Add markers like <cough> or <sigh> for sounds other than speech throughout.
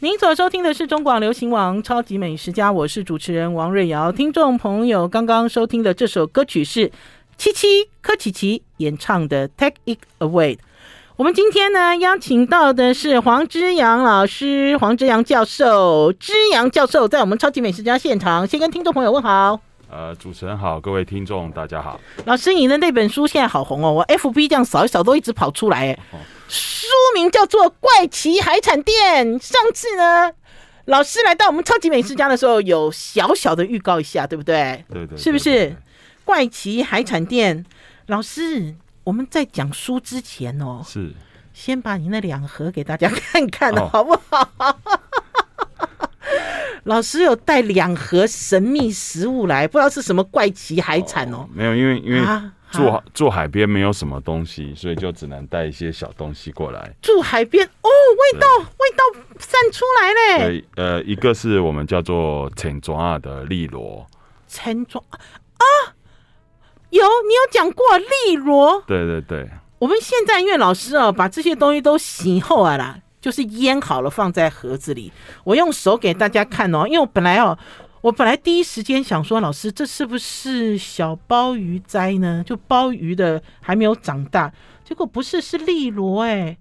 您所收听的是中广流行网《超级美食家》，我是主持人王瑞瑶。听众朋友，刚刚收听的这首歌曲是七七柯琪琪演唱的《Take It Away》。我们今天呢，邀请到的是黄之阳老师、黄之阳教授。之阳教授在我们《超级美食家》现场，先跟听众朋友问好。呃，主持人好，各位听众大家好。老师，你的那本书现在好红哦，我 FB 这样扫一扫都一直跑出来哎。哦书名叫做《怪奇海产店》。上次呢，老师来到我们超级美食家的时候，有小小的预告一下，对不对？对对，是不对是？？怪奇海产店，老师，我们在讲书之前哦对，是先把你那两盒给大家看看，哦好不好？ <laughs> 老师有带两盒神秘食物来，不知道是什么怪奇海产哦。没有，因为因为啊住啊住海边没有什么东西，所以就只能带一些小东西过来。住海边哦，味道味道散出来嘞。对，呃，一个是我们叫做浅庄啊的利罗，餐桌啊，有你有讲过丽罗，对对对，我们现在因为老师哦，把这些东西都洗后啊啦，就是腌好了放在盒子里。我用手给大家看哦，因为我本来哦，我本来第一时间想说，老师这是不是小鲍鱼栽呢？就鲍鱼的还没有长大，结果不是，是丽罗哎。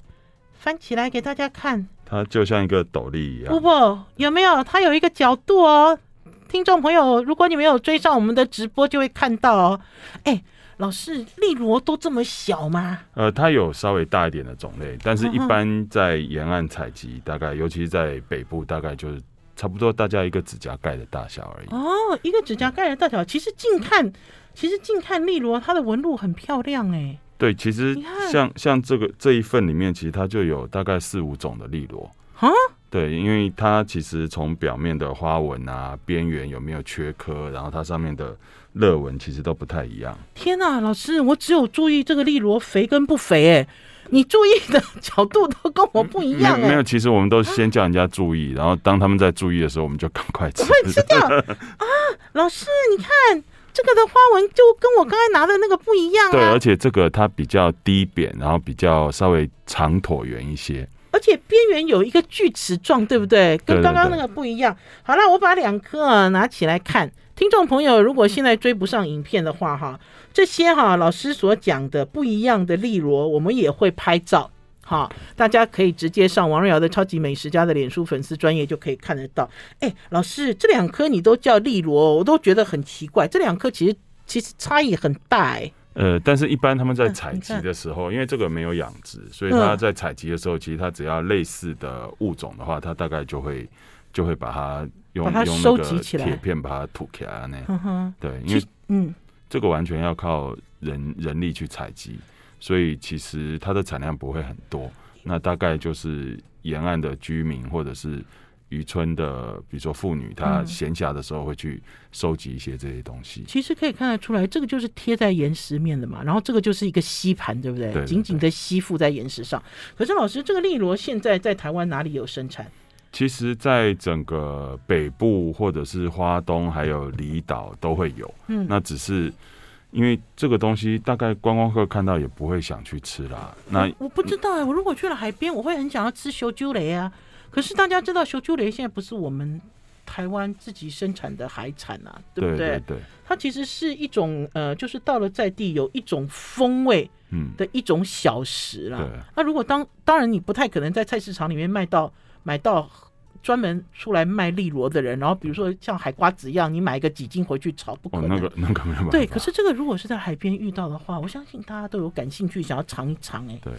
翻起来给大家看，它就像一个斗笠一不样。不，有没有？它有一个角度哦。听众朋友，如果你们有追上我们的直播，就会看到哦。哎，老师，丽罗都这么小吗？呃，它有稍微大一点的种类，但是一嗯哼般在沿岸采集，大概尤其是在北部，大概就是差不多大家一个指甲盖的大小而已。哦，一个指甲盖的大小，其实近看，其实近看丽罗它的纹路很漂亮哎。对，其实你看像像这个这一份里面，其实它就有大概四五种的利螺。啊，对，因为它其实从表面的花纹啊、边缘有没有缺刻，然后它上面的热纹其实都不太一样。天哪、老师，我只有注意这个丽罗肥跟不肥哎，你注意的角度都跟我不一没有样没有，哎。其实我们都先叫人家注意，然后当他们在注意的时候，我们就赶快吃。会吃掉啊！老师，你看这个的花纹就跟我刚才拿的那个不一样 <laughs> 对，啊而，且这个它比较低扁，然后比较稍微长椭圆一些。而且边缘有一个锯齿状，对不对？跟对对刚刚那个不一样。好了，我把两颗啊拿起来看。听众朋友，如果现在追不上影片的话，哈，这些哈老师所讲的不一样的丽罗，我们也会拍照。哈，大家可以直接上王瑞瑶的超级美食家的脸书粉丝专业就可以看得到。哎，老师，这两颗你都叫丽罗，我都觉得很奇怪。这两颗其实其实差异很大哎、呃，但是一般他们在嗯采你集看的时候，因为这个没有养殖，所以嗯它在采集的时候，其实它只要类似的物种的话，它大概就会就会把它用把它用收那集个起来铁片把它吐起来呢。嗯哼，对，因其为实嗯，这个完全要靠人人力去采集，所以其实它的产量不会很多。那大概就是沿岸的居民或者是渔村的，比如说妇女，她嗯闲暇的时候会去收集一些这些东西。其实可以看得出来，这个就是贴在岩石面的嘛，然后这个就是一个吸盘，对不对？对对紧紧的吸附在岩石上。可是老师，这个利罗现在在台湾哪里有生产？其实，在整个北部或者是花东还有离岛都会有，嗯那只是因为这个东西大概观光客看到也不会想去吃啦。那我不知道哎、我如果去了海边，我会很想要吃修鸠雷啊。可是大家知道，修鸠雷现在不是我们台湾自己生产的海产啊，对不对对？对对，它其实是一种呃，就是到了在地有一种风味嗯，的一种小食啦。对，那如果当当然你不太可能在菜市场里面卖到买到专门出来卖利罗的人，然后比如说像海瓜子一样，你买个几斤回去炒，不可哦，能。那个那个没有办法。对，可是这个如果是在海边遇到的话，我相信大家都有感兴趣，想要尝一尝、哎，对，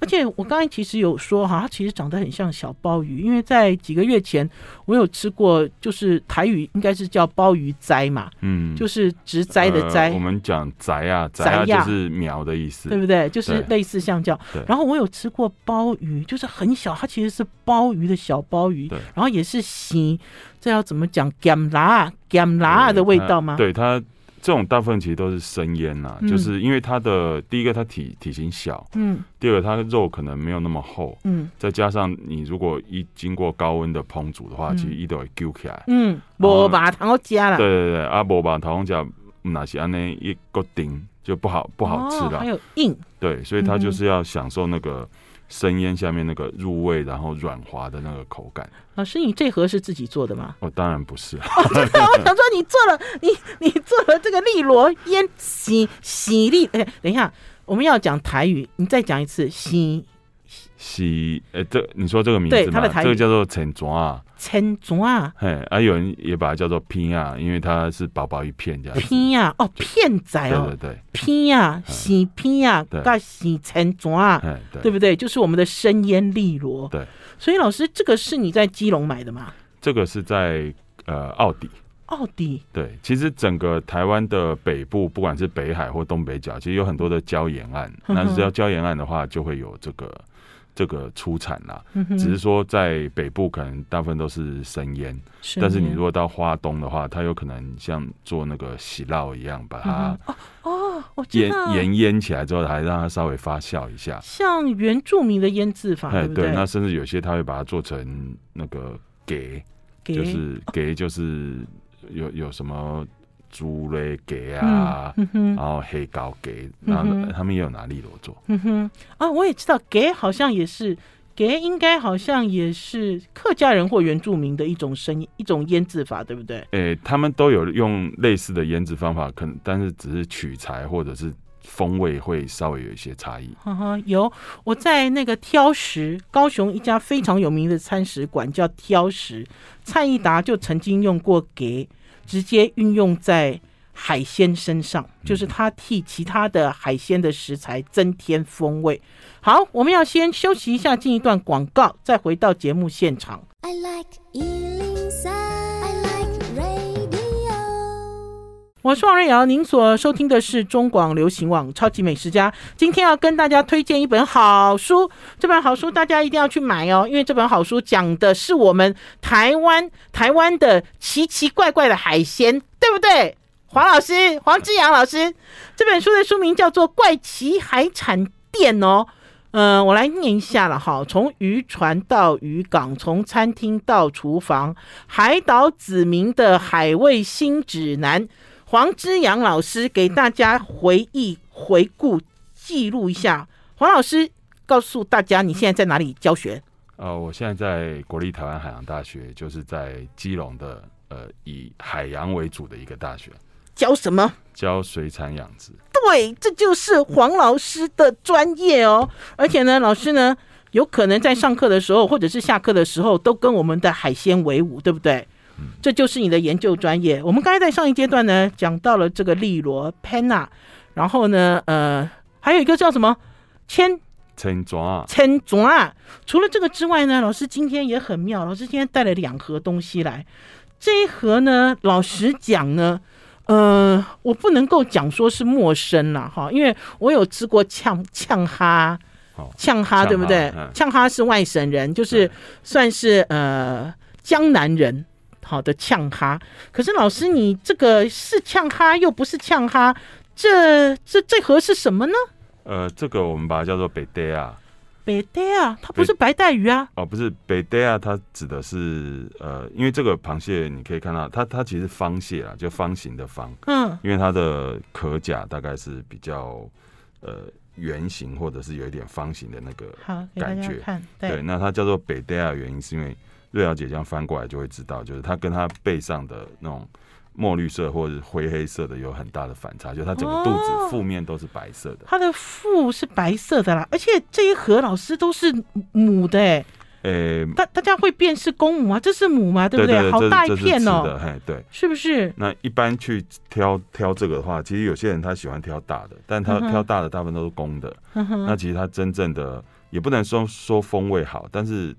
而且我刚才其实有说哈，它其实长得很像小鲍鱼，因为在几个月前我有吃过，就是台语应该是叫鲍鱼栽嘛，嗯，就是植栽的栽。呃我们讲宅啊，宅宅呀啊就是苗的意思对。不对？就是对类似橡胶对。然后我有吃过鲍鱼，就是很小，它其实是鲍鱼的小鲍鱼对，然后也是洗，这要怎么讲？干辣干辣的味道吗？嗯对它这种大部分其实都是生腌啦，嗯就是因为它的第一个它体体型小，嗯第二个它的肉可能没有那么厚，嗯再加上你如果一经过高温的烹煮的话，嗯其实一都会揪起来。嗯，然后我把糖要加对了，对啊对，阿伯把桃红甲哪些安内一个顶就不好不好吃哦还了。有硬，嗯对，所以他就是要享受那个生腌下面那个入味，然后软滑的那个口感。老师，你这盒是自己做的 <laughs> 吗？ <laughs> 哦，当然不是啊，我想说你做了，你你做了这个利罗腌洗洗利，哎、等一下，我们要讲台语，你再讲一次洗喜呃，这你说这个名对字它嘛的，台语这个叫做陈庄啊，千砖啊，嘿，啊，有人也把它叫做拼啊，因为它是薄薄一片这样子。片啊，哦片仔哎对哦对，对，片啊洗片啊，嗯对跟洗千砖啊，哎对对，不对？就是我们的生腌利罗。对，所以老师，这个是你在基隆买的吗？这个是在呃奥迪。奥迪对，其实整个台湾的北部，不管是北海或东北角，其实有很多的礁沿岸。嗯哼那只要礁沿岸的话，就会有这个这个出产啦。嗯哼只是说在北部可能大部分都是生腌，生但是你腌如果到花东的话，它有可能像做那个喜酪一样，把嗯它哦，我知腌道，盐腌起来之后，还让它稍微发酵一下。像原住民的腌制法，哎，啊不对，那甚至有些它会把它做成那个给，给哦就是给就是有有什么猪肋给啊嗯。嗯哼然后黑膏给，嗯然哼后他们也有拿利罗做，嗯哼，啊，我也知道，给好像也是，给应该好像也是客家人或原住民的一种生一种腌制法，对不对？诶、他们都有用类似的腌制方法，可能但是只是取材或者是风味会稍微有一些差异。哈哈，有我在那个挑食，高雄一家非常有名的餐食馆叫挑食，蔡益达就曾经用过给，直接运用在海鲜身上，就是他替其他的海鲜的食材增添风味。好，我们要先休息一下，进一段广告，再回到节目现场。 I like Ealing Sound. I like radio. 我是王瑞瑶，您所收听的是中广流行网《超级美食家》。今天要跟大家推荐一本好书，这本好书大家一定要去买哦，因为这本好书讲的是我们台湾台湾的奇奇怪怪的海鲜，对不对？黄老师，黄志阳老师，这本书的书名叫做《怪奇海产店》哦。嗯、我来念一下了哈，从渔船到渔港，从餐厅到厨房，海岛子民的海味新指南，黄之阳老师给大家回忆、回顾、记录一下。黄老师告诉大家，你现在在哪里教学？呃，我现在在国立台湾海洋大学，就是在基隆的呃以海洋为主的一个大学，教什么？教水产养殖。对，这就是黄老师的专业哦。而且呢，老师呢，有可能在上课的时候，或者是下课的时候，都跟我们的海鲜为伍，对不对？这就是你的研究专业。我们刚才在上一阶段呢，讲到了这个利罗 Penna，然后呢，呃，还有一个叫什么千称庄啊，千总啊！除了这个之外呢，老师今天也很妙，老师今天带了两盒东西来。这一盒呢，老实讲呢，呃，我不能够讲说是陌生啦，哈，因为我有吃过呛呛哈哦，呛哈呛对不对哈嗯？呛哈是外省人，就是嗯算是呃江南人。好的呛哈，可是老师，你这个是呛哈又不是呛哈，这这这盒是什么呢？呃，这个我们把它叫做北带啊，白带啊，它不是白带鱼啊，哦，不是北带啊，它指的是呃，因为这个螃蟹你可以看到，它它其实方蟹啊，就方形的方，嗯因为它的壳甲大概是比较呃圆形或者是有一点方形的那个，好，给大感家觉看，对，，那它叫做北戴亚的原因是因为瑞瑶姐这样翻过来就会知道，就是它跟它背上的那种墨绿色或者灰黑色的有很大的反差，就它整个肚哦子腹面都是白色的。它的腹是白色的啦，而且这一盒老师都是母的、欸，诶、大大家会辨是公母啊，这是母嘛，对不对对，好这大一这是吃片的，哦、嘿，对。是不是？那一般去挑挑这个的话，其实有些人他喜欢挑大的，但他嗯哼挑大的大部分都是公的。嗯哼，那其实它真正的也不能说说风味好，但是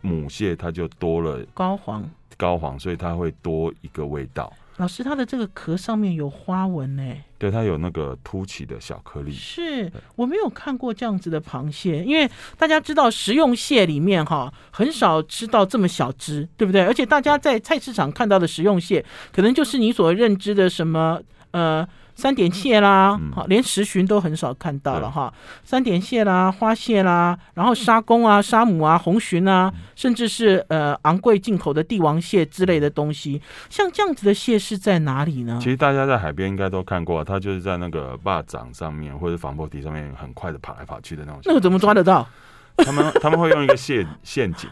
母蟹它就多了高黄膏黄，所以它会多一个味道。老师，它的这个壳上面有花纹呢、欸对，它有那个凸起的小颗粒。是我没有看过这样子的螃蟹，因为大家知道食用蟹里面哈很少吃到这么小只，对不对？而且大家在菜市场看到的食用蟹，可能就是你所认知的什么呃三点蟹啦，嗯好、连石鲟都很少看到了哈，三点蟹啦、花蟹啦，然后沙公啊、沙母啊、红鲟啊，嗯甚至是呃昂贵进口的帝王蟹之类的东西，像这样子的蟹是在哪里呢其？实大家在海边应该都看过，啊它就是在那个坝掌上面或者防波堤上面很快的爬来爬去的那种。那个怎么抓得到？他们 <laughs> 他们会用一个陷陷阱，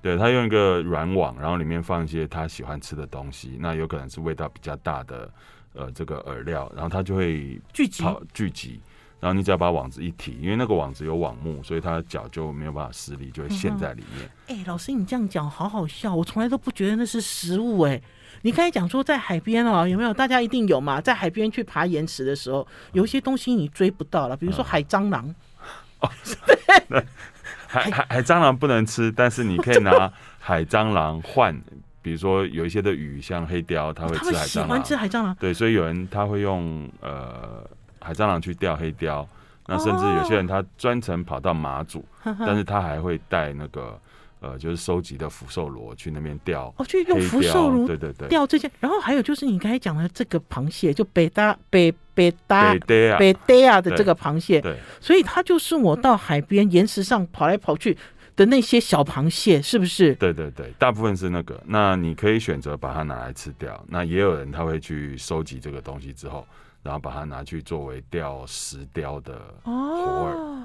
对他用一个软网，然后里面放一些他喜欢吃的东西，那有可能是味道比较大的呃这个饵料，然后他就会聚集跑聚集，然后你只要把网子一提，因为那个网子有网目，所以它脚就没有办法施力，就会陷在里面。哎、老师，你这样讲好好笑，我从来都不觉得那是食物哎、你刚才讲说在海边哦，有没有？大家一定有嘛，在海边去爬岩石的时候，有一些东西你追不到了，比嗯如说海蟑螂。海海海蟑螂不能吃，但是你可以拿海蟑螂换，比如说有一些的鱼，像黑雕，它会他吃们海喜蟑欢螂吃。海蟑螂，对，所以有人他会用呃海蟑螂去钓黑雕，那甚至有些人哦他专程跑到马祖，呵呵但是他还会带那个呃就是收集的福寿螺去那边钓哦，去用黑福寿雕，螺对对对，钓这些，然后还有就是你刚才讲的这个螃蟹，就北大北北大对对啊，北大亚的对这个螃蟹，对所以它就是我到海边岩石上跑来跑去的那些小螃蟹，是不是？对对对，大部分是那个。那你可以选择把它拿来吃掉，那也有人他会去收集这个东西之后，然后把它拿去作为钓石雕的活饵。哦，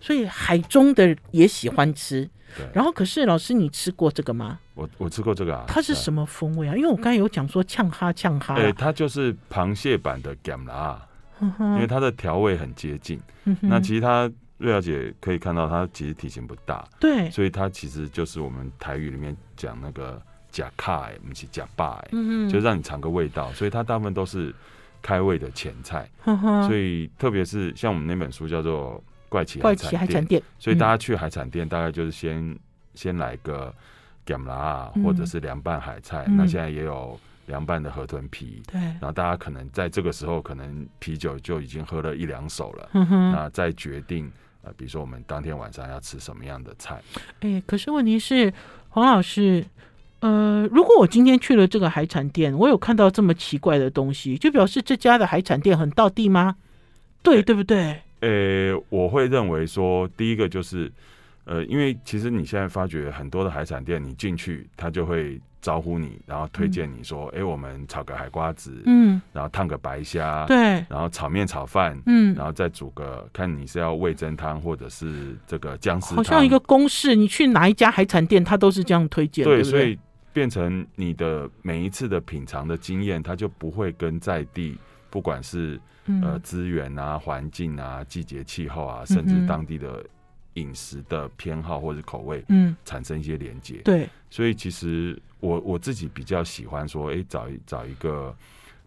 所以海中的也喜欢吃。对，然后可是老师，你吃过这个吗？我我吃过这个啊，它是对啊什么风味啊？因为我刚才有讲说呛哈呛哈啦，啊对，它就是螃蟹版的 gam 啦，哼哼因为它的调味很接近。嗯哼那其实它瑞小姐可以看到，它其实体型不大，对，所以它其实就是我们台语里面讲那个假卡，不是假霸，嗯就让你尝个味道。所以它大部分都是开胃的前菜，哼嗯哼所以特别是像我们那本书叫做《怪奇怪海奇海产产店》，店，所以大家去海产店大概就是先先来个 gam 啦，或者是凉拌海菜。嗯那现在也有凉拌的河豚皮。对，然后大家可能在这个时候，可能啤酒就已经喝了一两手了，嗯哼。那再决定呃，比如说我们当天晚上要吃什么样的菜。哎，可是问题是，黄老师，呃，如果我今天去了这个海产店，我有看到这么奇怪的东西，就表示这家的海产店很到地吗？对，哎对不对？呃，我会认为说，第一个就是，呃，因为其实你现在发觉很多的海产店，你进去他就会招呼你，然后推荐你说，哎、我们炒个海瓜子，嗯，然后烫个白虾，对，然后炒面炒饭。嗯然，后再煮个，看你是要味噌汤或者是这个姜丝汤，好像一个公式，你去哪一家海产店，他都是这样推荐，对不所对？以变成你的每一次的品尝的经验，它就不会跟在地，不管是呃嗯，资源啊、环境啊、季节气候啊，嗯甚哼至当地的饮食的偏好或者口味嗯，产生一些连接。对，所以其实我我自己比较喜欢说，诶，找一找一个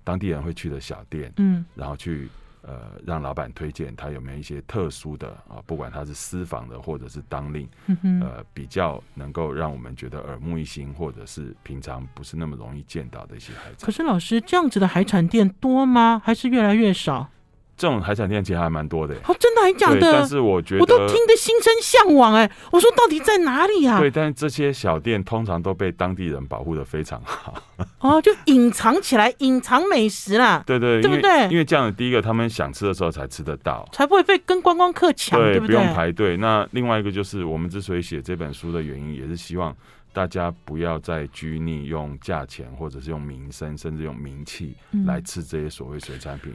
当地人会去的小店，嗯，然后去。呃，让老板推荐他有没有一些特殊的啊，不管他是私房的或者是当令，嗯哼，呃比较能够让我们觉得耳目一新，或者是平常不是那么容易见到的一些海可产。是老师，这样子的海产店多吗？还是越来越少？这种海产店其实还蛮多的耶，哦，真的还假对，但的？是我觉我都得。听得心生向往哎、我说到底在哪里呀、对，但是这些小店通常都被当地人保护的非常好。哦，就隐藏起来，隐藏美食啦，对对，对因不为对因为这样的，第一个他们想吃的时候才吃得到，才不会被跟观光客抢，对对，不不用对？排队。那另外一个就是，我们之所以写这本书的原因，也是希望大家不要再拘泥用价钱，或者是用名声，甚至用名气嗯来吃这些所谓水产品。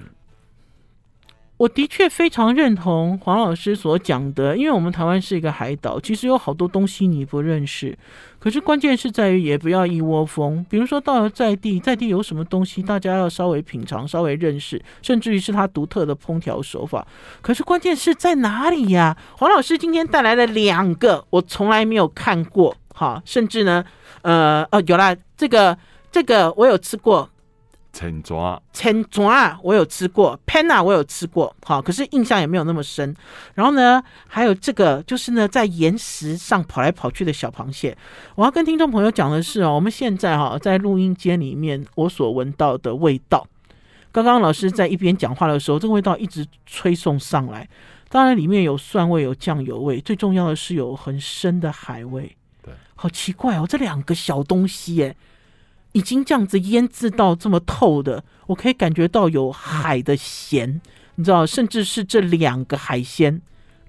我的确非常认同黄老师所讲的，因为我们台湾是一个海岛，其实有好多东西你不认识，可是关键是在于也不要一窝蜂。比如说到了在地，在地有什么东西，大家要稍微品尝、稍微认识，甚至于是它独特的烹调手法。可是关键是在哪里呀、黄老师今天带来了两个我从来没有看过，哈，甚至呢，呃，哦，有啦，这个这个我有吃过，陈抓千爪啊，我有吃过，Penna 我有吃过，好，可是印象也没有那么深。然后呢，还有这个就是呢，在岩石上跑来跑去的小螃蟹。我要跟听众朋友讲的是哦，我们现在哈、在录音间里面我所闻到的味道，刚刚老师在一边讲话的时候，这个味道一直吹送上来。当然，里面有蒜味，有酱油味，最重要的是有很深的海味。对，好奇怪哦，这两个小东西耶，已经这样子腌制到这么透的，我可以感觉到有海的咸，你知道，甚至是这两个海鲜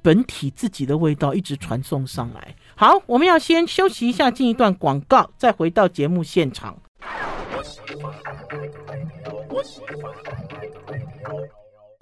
本体自己的味道一直传送上来。好，我们要先休息一下，进一段广告，再回到节目现场。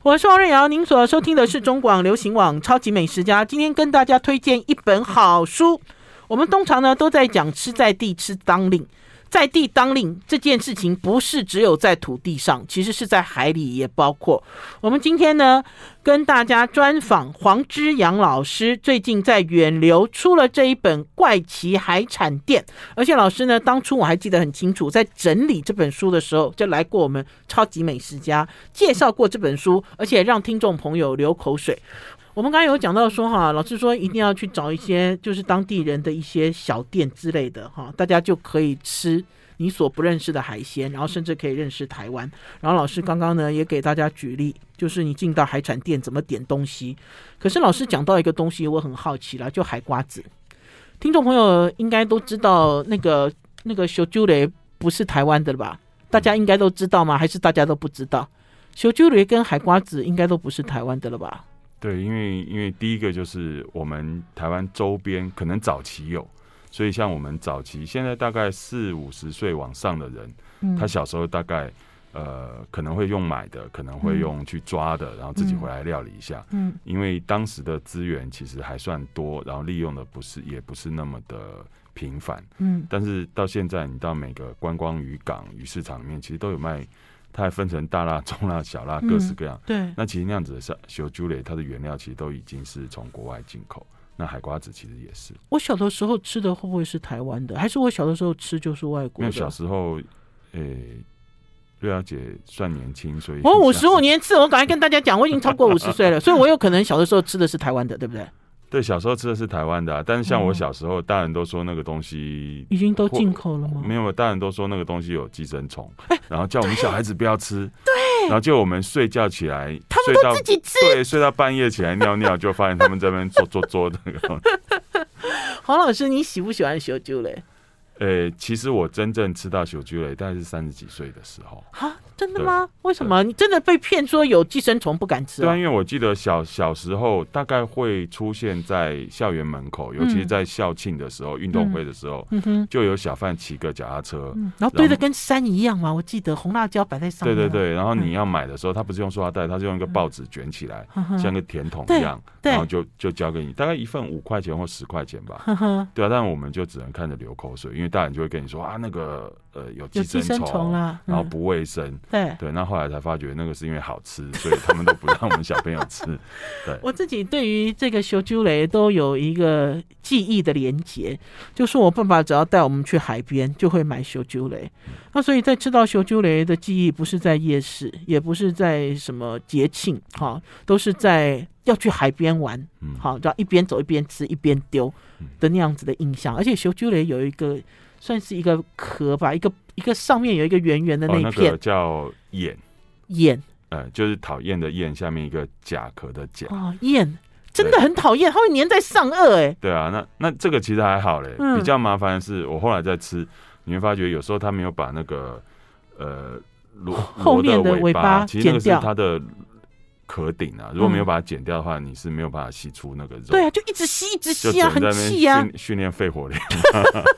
我是王瑞瑶，您所收听的是中广流行网《超级美食家》，今天跟大家推荐一本好书。我们通常呢都在讲吃在地、吃当令，在地当令这件事情不是只有在土地上，其实是在海里也包括。我们今天呢跟大家专访黄之阳老师，最近在远流出了这一本《怪奇海产店》，而且老师呢当初我还记得很清楚，在整理这本书的时候就来过我们超级美食家介绍过这本书，而且让听众朋友流口水。我们刚才有讲到说哈，老师说一定要去找一些就是当地人的一些小店之类的哈，大家就可以吃你所不认识的海鲜，然后甚至可以认识台湾。然后老师刚刚呢也给大家举例，就是你进到海产店怎么点东西。可是老师讲到一个东西，我很好奇了，就海瓜子。听众朋友应该都知道那个那个小酒雷不是台湾的了吧？大家应该都知道吗？还是大家都不知道？小酒雷跟海瓜子应该都不是台湾的了吧？对，因为因为第一个就是我们台湾周边可能早期有，所以像我们早期现在大概四五十岁往上的人，嗯他小时候大概呃可能会用买的，可能会用去抓的，然后自己回来料理一下。嗯，因为当时的资源其实还算多，然后利用的不是也不是那么的频繁。嗯但是到现在，你到每个观光渔港、鱼市场里面，其实都有卖，它还分成大辣、中辣、小辣，各式各样。对，那其实那样子的像小猪蕾，它的原料其实都已经是从国外进口。那海瓜子其实也是，我小的时候吃的会不会是台湾的？还是我小的时候吃就是外因国为的？小时候，呃、瑞瑶姐算年轻，所以哦我五十五年次，我赶快跟大家讲，我已经超过五十 <laughs> 岁了，所以我有可能小的时候吃的是台湾的，对不对？对小时候吃的是台湾的、啊，但是像嗯我小时候，大人都说那个东西已经都进口了吗？没有，大人都说那个东西有寄生虫，哎然后叫我们小孩子不要吃。对，然后就我们睡觉起来，他们睡都到自己吃。对，睡到半夜起来尿尿，就发现他们在那边做做做的。黄老师，你喜不喜欢小酒嘞？呃，其实我真正吃到小菊蕾，大概是三十几岁的时候。啊，真的吗？为什么你真的被骗说有寄生虫不敢吃对啊，啊？因为我记得小小时候大概会出现在校园门口，尤其是在校庆的时候、运动会的时候，嗯哼，就有小贩骑个脚踏车。嗯然后堆的跟山一样嘛，我记得红辣椒摆在上对面。啊对对，然后嗯你要买的时候，它不是用塑料袋，它是用一个报纸卷起来，呵呵，像个甜筒对一样，嗯对然后就就交给你，大概一份五块钱或十块钱吧。呵呵，对啊，但我们就只能看着流口水，因为大人就会跟你说啊，那个呃有有寄寄生生虫虫，啦。然后嗯不卫生。对，对，那后来才发觉那个是因为好吃，所以他们都不让我们小朋友 <laughs> 吃。我自己对于这个修啾雷都有一个记忆的连结，就是我爸爸只要带我们去海边，就会买修啾雷。那所以在吃到修啾雷的记忆，不是在夜市，也不是在什么节庆，哈、都是在要去海边玩，嗯，好，然后一边走一边吃一边丢嗯的那样子的印象。而且修啾雷有一个算是一个壳吧，一个一个上面有一个圆圆的哦，那那片个叫燕，眼呃，就是讨厌的厌，下面一个甲壳的甲。哦，眼真的很讨厌，它会粘在上颚、哎。对啊，那那这个其实还好嘞，嗯比较麻烦的是我后来在吃，你会发觉有时候他没有把那个呃螺后面螺的的尾巴其实那个是剪掉嗯它的壳顶啊，如果没有把它剪掉的话，你是没有办法吸出那个肉。对啊，就一直吸，一直就吸只啊，能在很那边气呀、训训练肺活量， <laughs>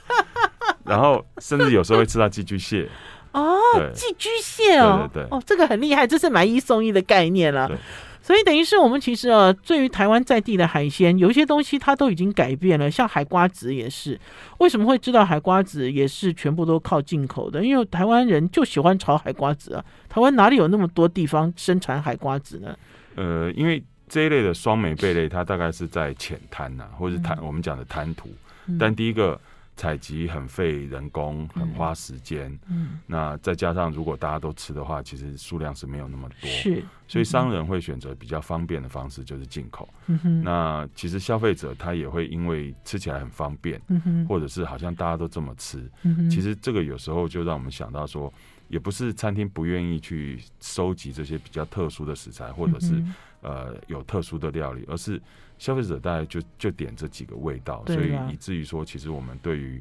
然后甚至有时候会吃到寄居蟹，哦，对寄居蟹哦，呃对对对哦，这个很厉害，这是买一送一的概念了对。所以等于是我们其实呃，对于台湾在地的海鲜，有一些东西它都已经改变了，像海瓜子也是。为什么会知道海瓜子也是全部都靠进口的？因为台湾人就喜欢炒海瓜子啊，台湾哪里有那么多地方生产海瓜子呢？呃，因为这一类的双莓贝类，它大概是在浅滩呐、或者是滩、我们讲的滩涂。嗯但第一个采集很费人工，很花时间。嗯，那再加上如果大家都吃的话，其实数量是没有那么多，是，所以商人会选择比较方便的方式，就是进口。嗯哼，那其实消费者他也会因为吃起来很方便，嗯哼，或者是好像大家都这么吃，嗯哼其实这个有时候就让我们想到说。也不是餐厅不愿意去收集这些比较特殊的食材，或者是嗯哼呃有特殊的料理，而是消费者大概就就点这几个味道，对所以啊以至于说，其实我们对于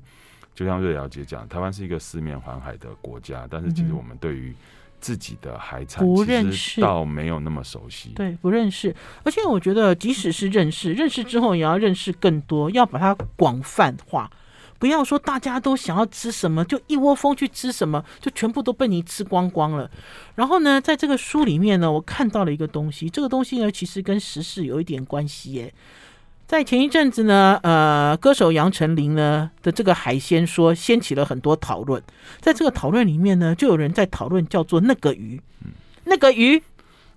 就像瑞瑶姐讲，台湾是一个四面环海的国家，但是其嗯实哼我们对于自己的海嗯产不其认实识倒没有那么熟悉。对，不认识。而且我觉得，即使是认识，认识之后也要认识更多，要把它广泛化。不要说大家都想要吃什么，就一窝蜂去吃什么，就全部都被你吃光光了。然后呢，在这个书里面呢，我看到了一个东西，这个东西呢，其实跟时事有一点关系耶。在前一阵子呢，呃，歌手杨丞琳呢的这个海鲜说掀起了很多讨论，在这个讨论里面呢，就有人在讨论叫做那个鱼，嗯那个鱼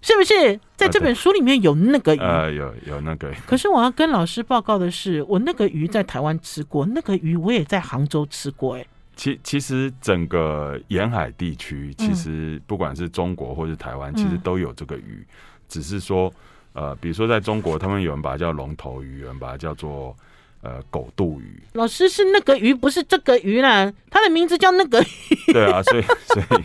是不是在这啊对本书里面有那个鱼？呃，有有那个，可是我要跟老师报告的是，我那个鱼在台湾吃过，那个鱼我也在杭州吃过、哎，其其实整个沿海地区，嗯其实不管是中国或是台湾，嗯其实都有这个鱼，只是说，呃，比如说在中国，他们有人把它叫龙头鱼，有人把它叫做呃狗肚鱼，老师是那个鱼，不是这个鱼啦，它的名字叫那个 <laughs> 鱼，对啊，所以所以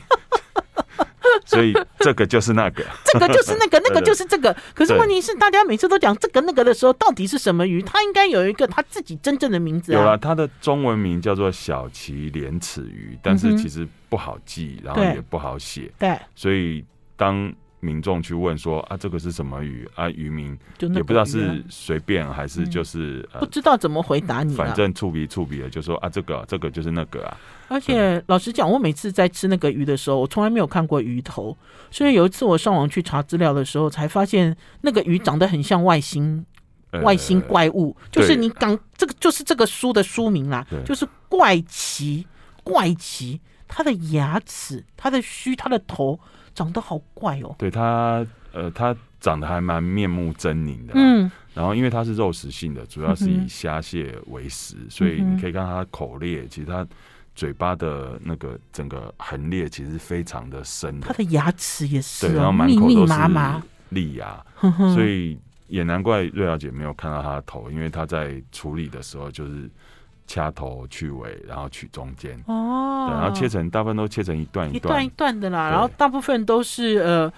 所以这个就是那个，这个就是那个，那个就是这个。可是对问题是，大家每次都讲这个那个的时候，到底是什么鱼？它应该有一个它自己真正的名字有了啊。它的中文名叫做小鳍连齿鱼，但嗯是哼其实不好记，然后对也不好写，对，所以当民众去问说啊这个是什么鱼啊，渔民就那个鱼啊嗯也不知道是随便还是就是、不知道怎么回答你啊呃，反了。正触鼻触鼻的就说啊这个这个就是那个啊，而且老实讲，我每次在吃那个鱼的时候，我从来没有看过鱼头，所以有一次我上网去查资料的时候，才发现那个鱼长得很像外星呃外星怪物，就是对你港这个就是这个书的书名啦对，就是怪奇怪奇，它的牙齿、它的须、它的头长得好怪哦。对它呃它长得还蛮面目狰狞的、嗯，嗯，然后因为它是肉食性的，主要是嗯以哼虾蟹为食，所以嗯你哼可以看它口裂，其实它。嘴巴的那个整个横裂其实非常的深的它，的牙齿也对，是然后哦，满密口密都是麻麻，嗯利牙，哼哼所以也难怪瑞瑶姐没有看到她的头，因为她在处理的时候就是掐头去尾，然后取中间， <laughs> 哦对，然后切成大部分都切成一段一段段一，段的啦，对然后大部分都是呃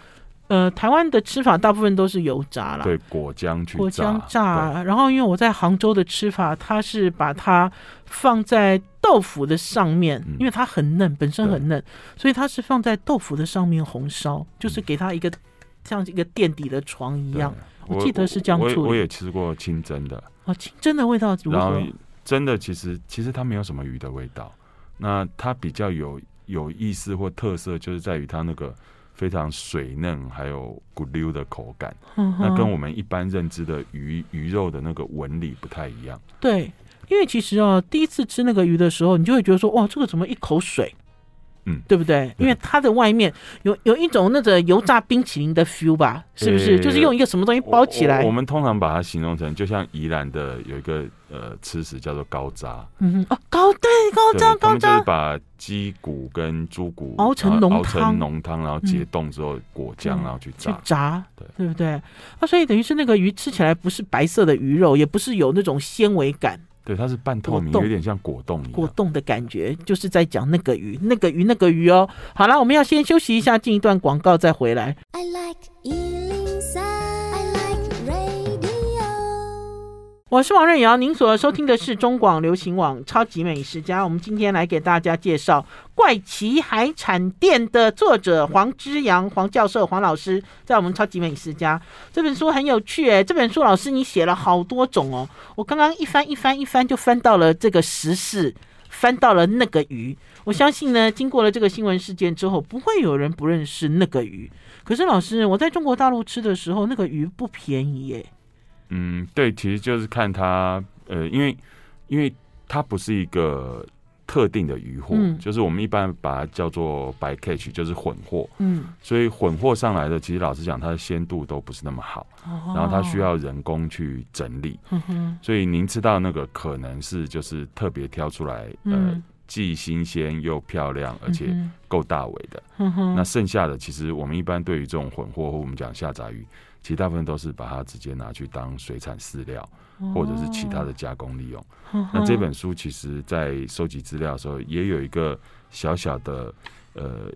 呃，台湾的吃法大部分都是油炸啦，对，果浆去果炸酱，炸。啊然后因为我在杭州的吃法，它是把它放在豆腐的上面，嗯因为它很嫩，本身对嗯很嫩，所以它是放在豆腐的上面红烧，就是给它一个像一个垫底的床一对样。。对我记得是这样我处理我也吃过清蒸的，哦，清蒸的味道如然后何？真的其实其实它没有什么鱼的味道，那它比较有有意思或特色，就是在于它那个非常水嫩还有骨溜的口感。嗯那哼跟我们一般认知的鱼鱼肉的那个纹理不太一样。对，因为其实哦，第一次吃那个鱼的时候，你就会觉得说，哇，这个怎么一口水？嗯对不对？因为它的外面有有一种那个油炸冰淇淋的 feel 吧，是不是？诶就是用一个什么东西包起来我我我，们通常把它形容成，就像宜兰的有一个呃吃食叫做高渣，嗯哼，哦，高对高对渣他高们就渣是，把鸡骨跟猪骨熬成然后浓熬汤成浓汤，然后解冻之后果酱，嗯然后去去炸。炸，对不对？啊，所以等于是那个鱼吃起来不是白色的鱼肉，也不是有那种纤维感、对，它是半透明，果冻有点像果冻一果样。冻的感觉，就是在讲那个鱼、那个鱼、那个鱼哦。好了，我们要先休息一下，进一段广告再回来。 I like Ealing Sound. I like radio. 我是王瑞瑶，您所收听的是中广流行网《超级美食家》。我们今天来给大家介绍《怪奇海产店》的作者黄之阳、黄教授、黄老师，在我们《超级美食家》这本书很有趣诶，这本书老师你写了好多种哦，我刚刚一翻一翻一翻就翻到了这个时事。翻到了那个鱼，我相信呢，经过了这个新闻事件之后，不会有人不认识那个鱼。可是老师，我在中国大陆吃的时候，那个鱼不便宜耶。嗯，对，其实就是看它，呃，因为因为它不是一个特定的鱼货，嗯就是我们一般把它叫做白 catch，就是混货。嗯，所以混货上来的，其实老实讲，它的鲜度都不是那么好，然然后它需要人工去整理，嗯哦哼，所以您吃到那个可能是就是特别挑出来，呃嗯，既新鲜又漂亮，而且嗯够大尾的。哼嗯哼那剩下的，其实我们一般对于这种混货或我们讲下杂鱼，其实大部分都是把它直接拿去当水产饲料，或者是其他的加工利用。嗯哦那这本书其实在收集资料的时候，也有一个小小的呃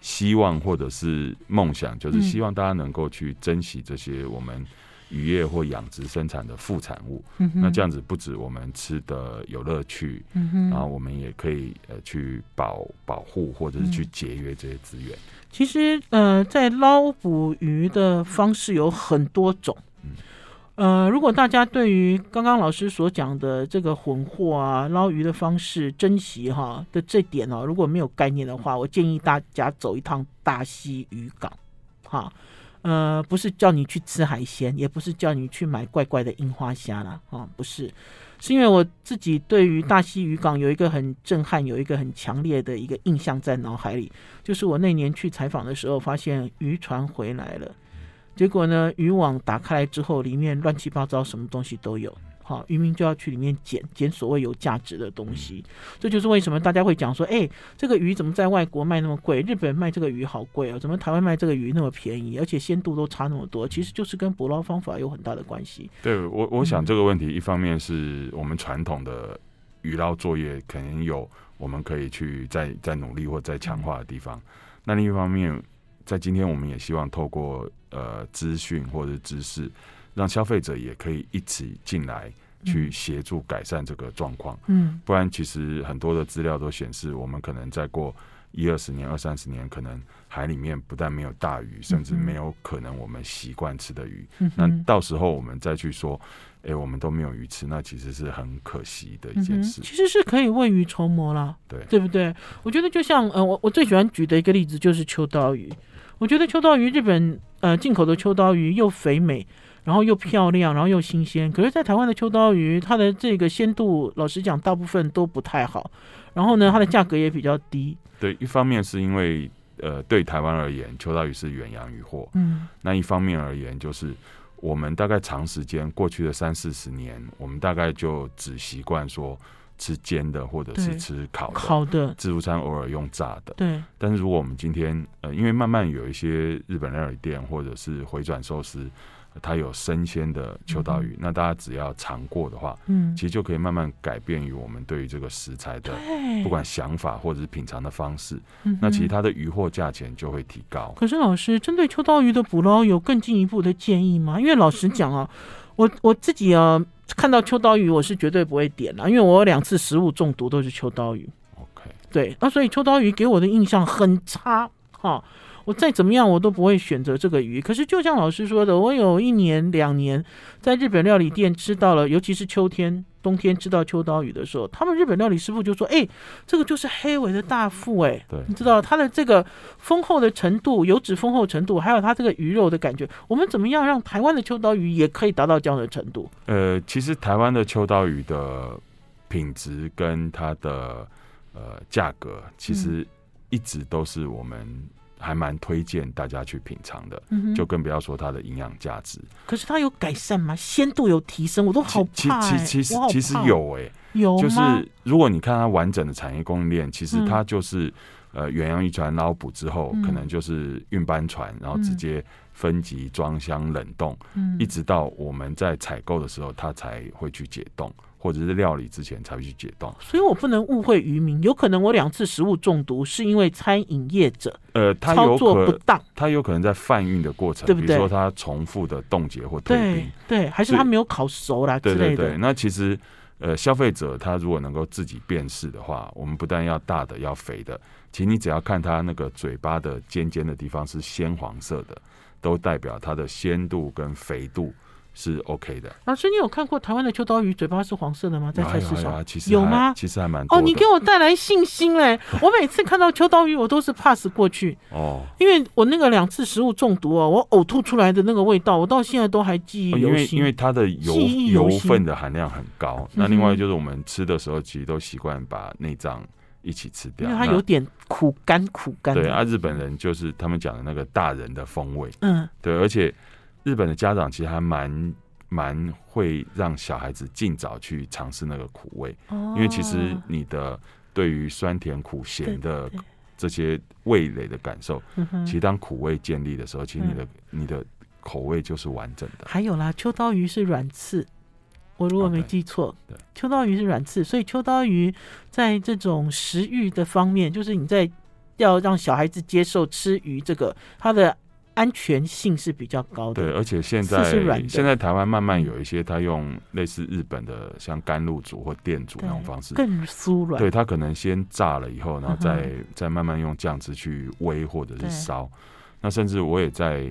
希望或者是梦想，就是嗯希望大家能够去珍惜这些我们渔业或养殖生产的副产物。嗯哼那这样啊子不止我们吃的有乐趣，嗯哼然后我们也可以呃去保保护或者是去嗯节约这些资源。其实呃，在捞捕鱼的方式有很多种嗯。呃，如果大家对于刚刚老师所讲的这个混货啊、捞鱼的方式、珍惜哈的这点哦，如果没有概念的话，我建议大家走一趟大溪渔港，哈，呃，不是叫你去吃海鲜，也不是叫你去买怪怪的樱花虾啦，啊，不是，是因为我自己对于大溪渔港有一个很震撼、有一个很强烈的一个印象在脑海里，就是我那年去采访的时候，发现渔船回来了。结果呢，渔网打开来之后，里面乱七八糟，什么东西都有。好，渔民就要去里面捡捡所谓有价值的东西。这就是为什么大家会讲说，哎，这个鱼怎么在外国卖那么贵？日本卖这个鱼好贵哦，怎么台湾卖这个鱼那么便宜？而且鲜度都差那么多，其实就是跟捕捞方法有很大的关系。对我，我想这个问题，一方面是我们传统的渔捞作业可能有我们可以去再再努力或再强化的地方，那另一方面，在今天我们也希望透过呃资讯或者知识，让消费者也可以一起进来去协助改善这个状况。嗯不然，其实很多的资料都显示，我们可能再过一二十年、二三十年，可能海里面不但没有大鱼，甚至没有可能我们习惯吃的鱼。嗯那哼到时候我们再去说，哎、我们都没有鱼吃，那其实是很可惜的一嗯件哼，事。其实是可以未雨绸缪啦。对，对不对？我觉得就像呃，我我最喜欢举的一个例子就是秋刀鱼。我觉得秋刀鱼，日本呃进口的秋刀鱼又肥美，然后又漂亮，然后又新鲜。可是，在台湾的秋刀鱼，它的这个鲜度，老实讲，大部分都不太好。然后呢，它的价格也比较低。对，一方面是因为呃，对台湾而言，秋刀鱼是远洋渔获；嗯那一方面而言，就是我们大概长时间过去的三四十年，我们大概就只习惯说吃煎的或者对是吃烤的。烤的，自助餐偶尔用炸的，对，但是如果我们今天呃，因为慢慢有一些日本料理店或者是回转寿司，呃它有生鲜的秋刀鱼，那大家只要尝过的话，嗯其，实就可以慢慢改变于我们对于这个食材的对不管想法或者是品尝的方式，嗯哼那其实它的鱼货价钱就会提高。可是老师，针对秋刀鱼的捕捞有更进一步的建议吗？因为老实讲啊，我我自己啊看到秋刀鱼，我是绝对不会点啦，因为我有两次食物中毒都是秋刀鱼。 OK，对，那所以秋刀鱼给我的印象很差哈。我再怎么样，我都不会选择这个鱼。可是就像老师说的，我有一年、两年在日本料理店吃到了，尤其是秋天、冬天吃到秋刀鱼的时候，他们日本料理师傅就说：“哎、这个就是黑尾的大腹、哎，对你知道它的这个丰厚的程度、油脂丰厚程度，还有它这个鱼肉的感觉，我们怎么样让台湾的秋刀鱼也可以达到这样的程度？呃，其实台湾的秋刀鱼的品质跟它的呃价格，其嗯实一直都是我们还蛮推荐大家去品尝的。嗯哼就更不要说它的营养价值。可是它有改善吗？鲜度有提升，我都好其怕、哎其其实我好其实怕有欸诶、有就是哦吗如果你看它完整的产业供应链，其实嗯它就是、呃远洋渔船捞捕之后，嗯可能就是运搬船，然后直嗯接分级装箱冷冻，嗯一直到我们在采购的时候，它才会去解冻，或者是料理之前才会去解冻。所以我不能误会渔民，有可能我两次食物中毒是因为餐饮业者呃，它操有作不可当，它有可能在贩运的过程，对不对比如说它重复的冻结或退冰对，对，还是所以他没有烤熟啦之对对类对，的。那其实呃，消费者他如果能够自己辨识的话，我们不但要大的，要肥的，其实你只要看它那个嘴巴的尖尖的地方是鲜黄色的，都代表它的鲜度跟肥度是 OK 的。老师，你有看过台湾的秋刀鱼嘴巴是黄色的吗？在有啊菜市有啊有场啊，其实有还吗其实还蛮多哦，的你给我带来信心嘞！我每次看到秋刀鱼，我都是 pass 过去，哦。因为我那个两次食物中毒哦，我呕吐出来的那个味道，我到现在都还记忆哦因犹为因新为。它的油记忆犹油新分的含量很高，那另嗯外哼就是我们吃的时候，其实都习惯把内脏一起吃掉。因为它啊那有点苦干苦干的，对啊，日本人就是他们讲的那个大人的风味，嗯，对，而且日本的家长其实还蛮蛮会让小孩子尽早去尝试那个苦味，因为其实哦你的对于酸甜苦咸的对对这些味蕾的感受，嗯哼其实当苦味建立的时候，其实你的你的口味就是完整的。还有啦，秋刀鱼是软刺，我如果哦没对记错，对秋刀鱼是软刺，所以秋刀鱼在这种食欲的方面，就是你在要让小孩子接受吃鱼这个，它的安全性是比较高对，啊的。而且现是是软在的嗯现在台湾慢慢有一些，他用类似日本的像甘露煮或电煮那种方式，更酥软。对，它可能先炸了以后，然后再、嗯再慢慢用酱汁去煨或者对是烧。那甚至我也在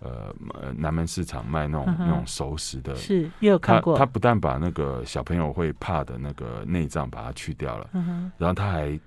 呃呃南门市场卖那种、嗯哼那种熟食的，是，也有他看过。他不但把那个小朋友会怕的那个内脏把它去掉了，嗯然后他还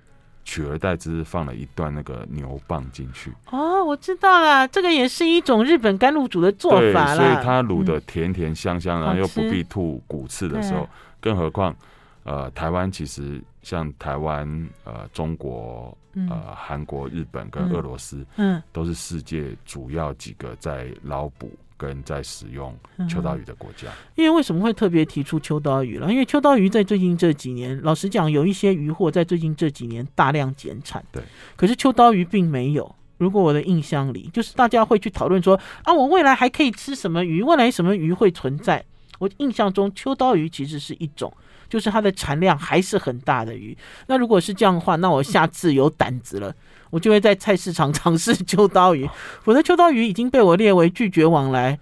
取而代之放了一段那个牛蒡进去，哼，哦，我知道了，这个也是一种日本甘露煮的做对，法所啦。嗯以它卤的甜甜香香，好然后吃又不必吐骨刺的时对候啊，更何况呃台湾其实像台湾呃中国嗯嗯呃韩国日本跟嗯俄罗斯嗯都是世界主要几个在捞捕跟在使用嗯秋刀嗯鱼的国家。因为为什么会特别提出秋刀鱼了？因为秋刀鱼在最近这几年，老实讲，有一些渔获在最近这几年大量减产。对，可是秋刀鱼并没有。如果我的印象里，就是大家会去讨论说啊，我未来还可以吃什么鱼？未来什么鱼会存在？我印象中，秋刀鱼其实是一种，就是它的产量还是很大的鱼。那如果是这样的话，那我下次有胆子了，我就会在菜市场尝试秋刀鱼。我的秋刀鱼已经被我列为拒绝往来，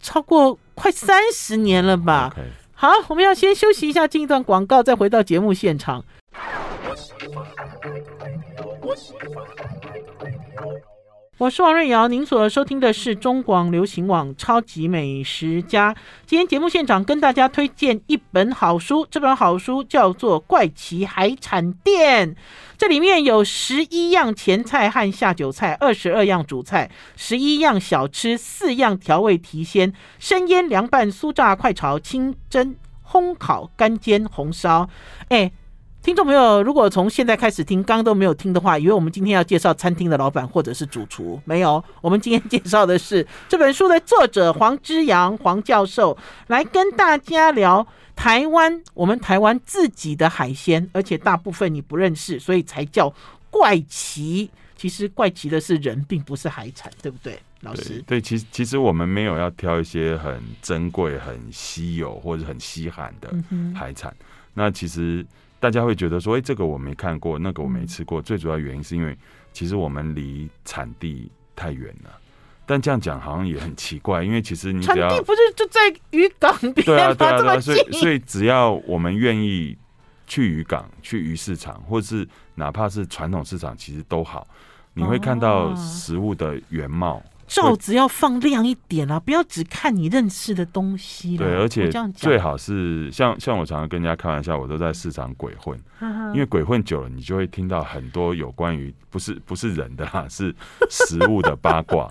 超过快三十年了吧？ OK，好，我们要先休息一下，进一段广告，再回到节目现场。我是王瑞瑶，您所收听的是中广流行网《超级美食家》。今天节目现场跟大家推荐一本好书，这本好书叫做《怪奇海产店》，这里面有十一样前菜和下酒菜，二十二样主菜，十一样小吃，四样调味提鲜，生腌、凉拌、酥炸、快炒、清蒸、烘烤、干煎、红烧。哎，听众朋友，如果从现在开始听，刚刚都没有听的话，以为我们今天要介绍餐厅的老板或者是主厨，没有，我们今天介绍的是这本书的作者黄之阳黄教授，来跟大家聊台湾，我们台湾自己的海鲜，而且大部分你不认识，所以才叫怪奇。其实怪奇的是人，并不是海产，对不嗯对，啊老对师？对，其实其实我们没有要挑一些很珍贵、很稀有或者很稀罕的嗯海产。那其实大家会觉得说，哎、这个我没看过，那个我嗯没吃过。最主要原因是因为其实我们离产地太远了。但这样讲好像也很奇怪，因为其实你产只要地不是就在渔港边对啊，吗？对啊，这对么啊，所近，以所以只要我们愿意去渔港、去鱼市场，或是哪怕是传统市场，其实都好，你会看哦到食物的原貌。罩子要放亮一点啦、不要只看你认识的东西啦对，而我且这样讲最好是像像我常常跟人家开玩笑，我都在市场鬼混，嗯因为鬼混久了，你就会听到很多有关于不是不是人的啦， <laughs> 是食物的八卦，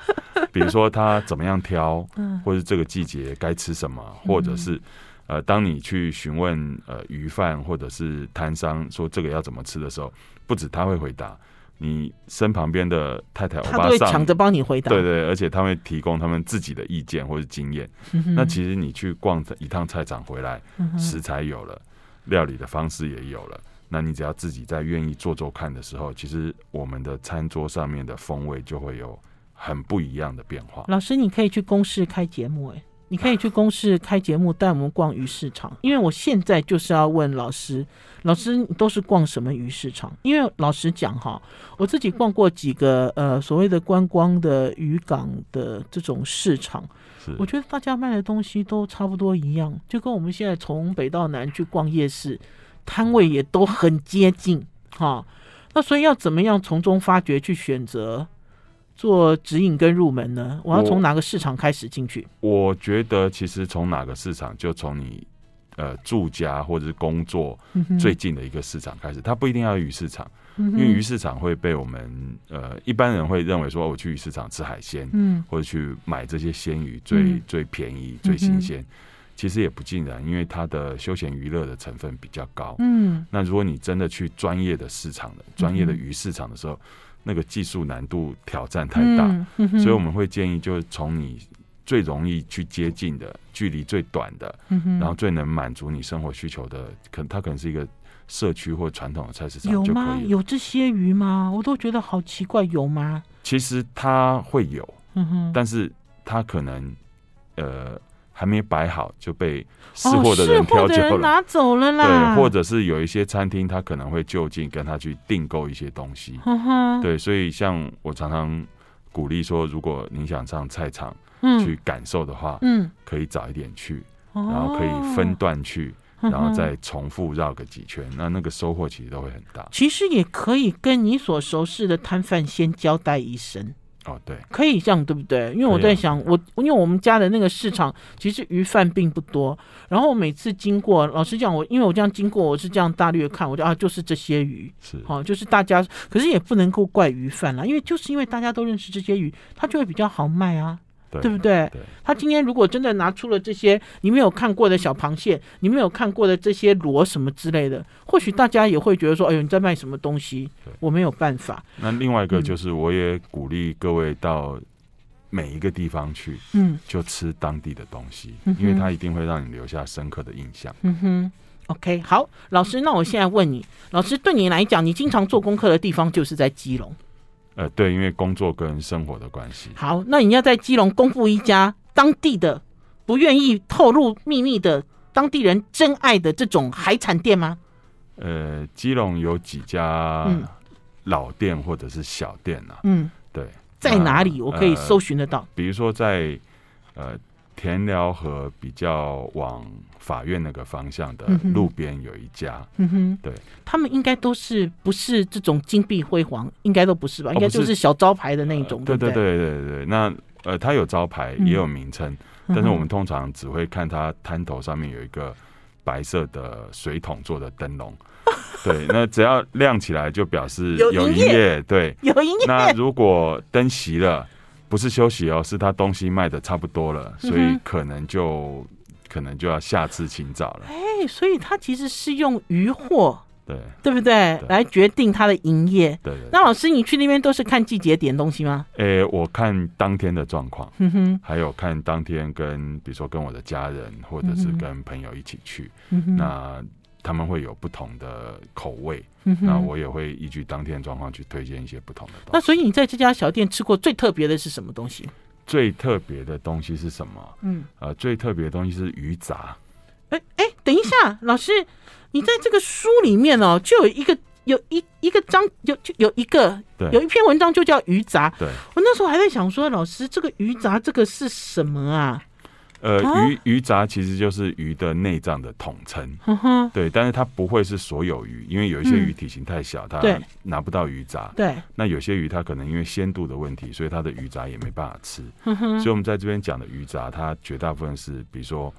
比如说他怎么样挑，或是这个季节该吃什么，或者是。呃，当你去询问呃鱼贩或者是摊商说这个要怎么吃的时候，不止他会回答，你身旁边的太太、欧他都巴会桑抢着帮你回答。对对，而且他们提供他们自己的意见或是经验。嗯那其实你去逛一趟菜场回来，食材有了，料理的方式也有了。那你只要自己在愿意做做看的时候，其实我们的餐桌上面的风味就会有很不一样的变化。老师，你可以去公示开节目、欸，哎，你可以去公示开节目，带我们逛鱼市场。因为我现在就是要问老师，老师你都是逛什么鱼市场？因为老实讲哈，我自己逛过几个呃所谓的观光的渔港的这种市场，是我觉得大家卖的东西都差不多一样，就跟我们现在从北到南去逛夜市，摊位也都很接近哈。那所以要怎么样从中发掘去选择做指引跟入门呢？我要从哪个市场开始进去？我觉得其实从哪个市场，就从你呃住家或者是工作嗯哼嗯最近的一个市场开始，它不一定要鱼市场，因为鱼市场会被我们呃一般人会认为说哦我去鱼市场吃海鲜，嗯或者去买这些鲜鱼最、嗯最便宜、嗯哼最新鲜。其实也不尽然，因为它的休闲娱乐的成分比较高。嗯那如果你真的去专业的市场的、专业的鱼市场的时候，那个技术难度挑战太大，嗯嗯哼所以我们会建议就是从你最容易去接近的、距离最短的，嗯哼然后最能满足你生活需求的，可它可能是一个社区或传统的菜市场有就可吗？以了。有这些鱼吗？我都觉得好奇怪，有吗？其实它会有，嗯哼，但是它可能呃还没摆好就被识哦货的人是货挑的走人了，拿走了啦，对，或者是有一些餐厅他可能会就近跟他去订购一些东西，哼嗯哼，对，所以像我常常鼓励说，如果你想上菜场嗯去感受的话，嗯，哦可以早一点去，然然后可以分段去。哼然后嗯再重复绕个几圈，那那个收获其实都会很大其实也可以跟你所熟识的摊贩先交代一声，哦，对，可以这样，对不对？因为我可以在啊想，我因为我们家的那个市场其实鱼贩并不多，然后我每次经过，老实讲，我因为我这样经过，我是这样大略看，我就啊，就是这些鱼，是，好、就是大家，可是也不能够怪鱼贩啦，因为就是因为大家都认识这些鱼，它就会比较好卖啊，对对不对？对他今天如果真的拿出了这些你没有看过的小螃蟹，你没有看过的这些螺什么之类的，或许大家也会觉得说，哎呦，你在卖什么东西对？我没有办法，那另外一嗯个就是，我也鼓励各位到每一个地方去，嗯就吃当地的东西，嗯哼因为它一定会让你留下深刻的印象。嗯哼。OK，好，老师，那我现在问你，老师对你来讲，你经常做功课的地方就是在基隆。呃，对，因为工作跟生活的关系，好，那你要在基隆公布一家当地的不愿意透露秘密的当地人真爱的这种海产店吗？呃，基隆有几家嗯老店或者是小店啊，嗯，对，在哪里那我可以呃搜寻得到？比如说在呃田寮河比较往法院那个方向的嗯哼路边有一家，嗯哼，对，他们应该都是不是这种金碧辉煌，应该都不是吧？哦应该不是就是小招牌的那呃种，对不对对对对对。那呃，它有招牌，嗯也有名称，嗯哼但是我们通常只会看它滩头上面有一个白色的水桶做的灯笼。 <laughs> 对，那只要亮起来就表示有有营营业业。对， <laughs> 有营业，那如果灯熄了，不是休息哦，是他东西卖的差不多了，所嗯以哼可能就可能就要下次请早了。哎，所以它其实是用渔获，对对不对？对来决定它的营业。对对。那老师，你去那边都是看季节点东西 <laughs> 吗？诶、我看当天的状况，哼哼，还有看当天跟比如说跟我的家人或者是嗯哼跟朋友一起去，嗯哼，那他们会有不同的口味，嗯哼那我也会依据当天的状况去推荐一些不同的东西。那所以你在这家小店吃过最特别的是什么东西？最特别的东西是什么？嗯，呃，最特别的东西是鱼杂，哎哎，等一下，老师，你在这个书里面哦，就有一个有一一个章有就有一个对有一篇文章就叫鱼杂。对。我那时候还在想说，老师这个鱼杂这个是什么啊？呃，啊鱼鱼杂其实就是鱼的内脏的统称，哼哼，对，但是它不会是所有鱼，因为有一些鱼嗯体型太小，它对拿不到鱼杂。对，那有些鱼它可能因为鲜度的问题，所以它的鱼杂也没办法吃。哼所哼，以我们在这边讲的鱼杂，它绝大部分是比如说，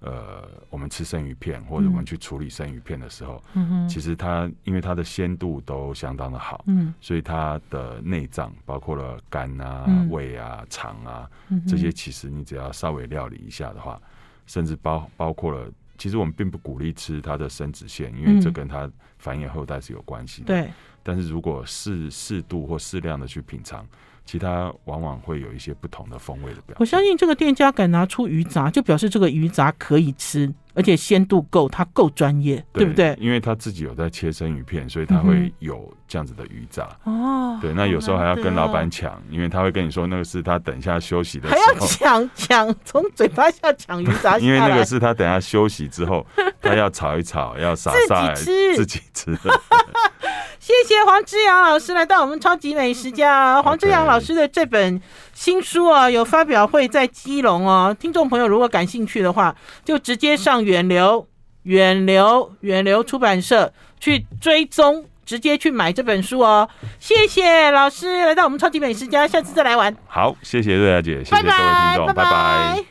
呃，我们吃生鱼片或者我们去处理生鱼片的时候，嗯哼，其实它因为它的鲜度都相当的好，嗯所以它的内脏包括了肝啊嗯、胃啊、肠啊，嗯哼这些其实你只要稍微料理一下的话，甚至包包括了，其实我们并不鼓励吃它的生殖腺，因为这嗯跟它繁衍后代是有关系的。对，但是如果适适度或适量的去品尝，其他往往会有一些不同的风味的表现。我相信这个店家敢拿出鱼杂，就表示这个鱼杂可以吃，而且鲜度够，它够专业，对不对？因为他自己有在切生鱼片，所以他嗯会哼有这样子的鱼杂。哦，对，那有时候还要跟老板抢，抢，因为他会跟你说那个是他等一下休息的哦还时要候。抢抢，从嘴巴下抢 <laughs> 鱼杂因为下那来个。是他等一下休息 <laughs> 之后，他要炒一炒，要撒撒，自己吃自己吃的。谢谢黄志阳老师来到我们超级美食家。黄志阳老师的这本新书啊，有发表会在基隆哦。听众朋友如果感兴趣的话，就直接上远流、远流、远流出版社去追踪，直接去买这本书哦。谢谢老师来到我们超级美食家，下次再来玩，好，谢谢瑞雅姐，谢拜谢各位听拜，众，拜拜。拜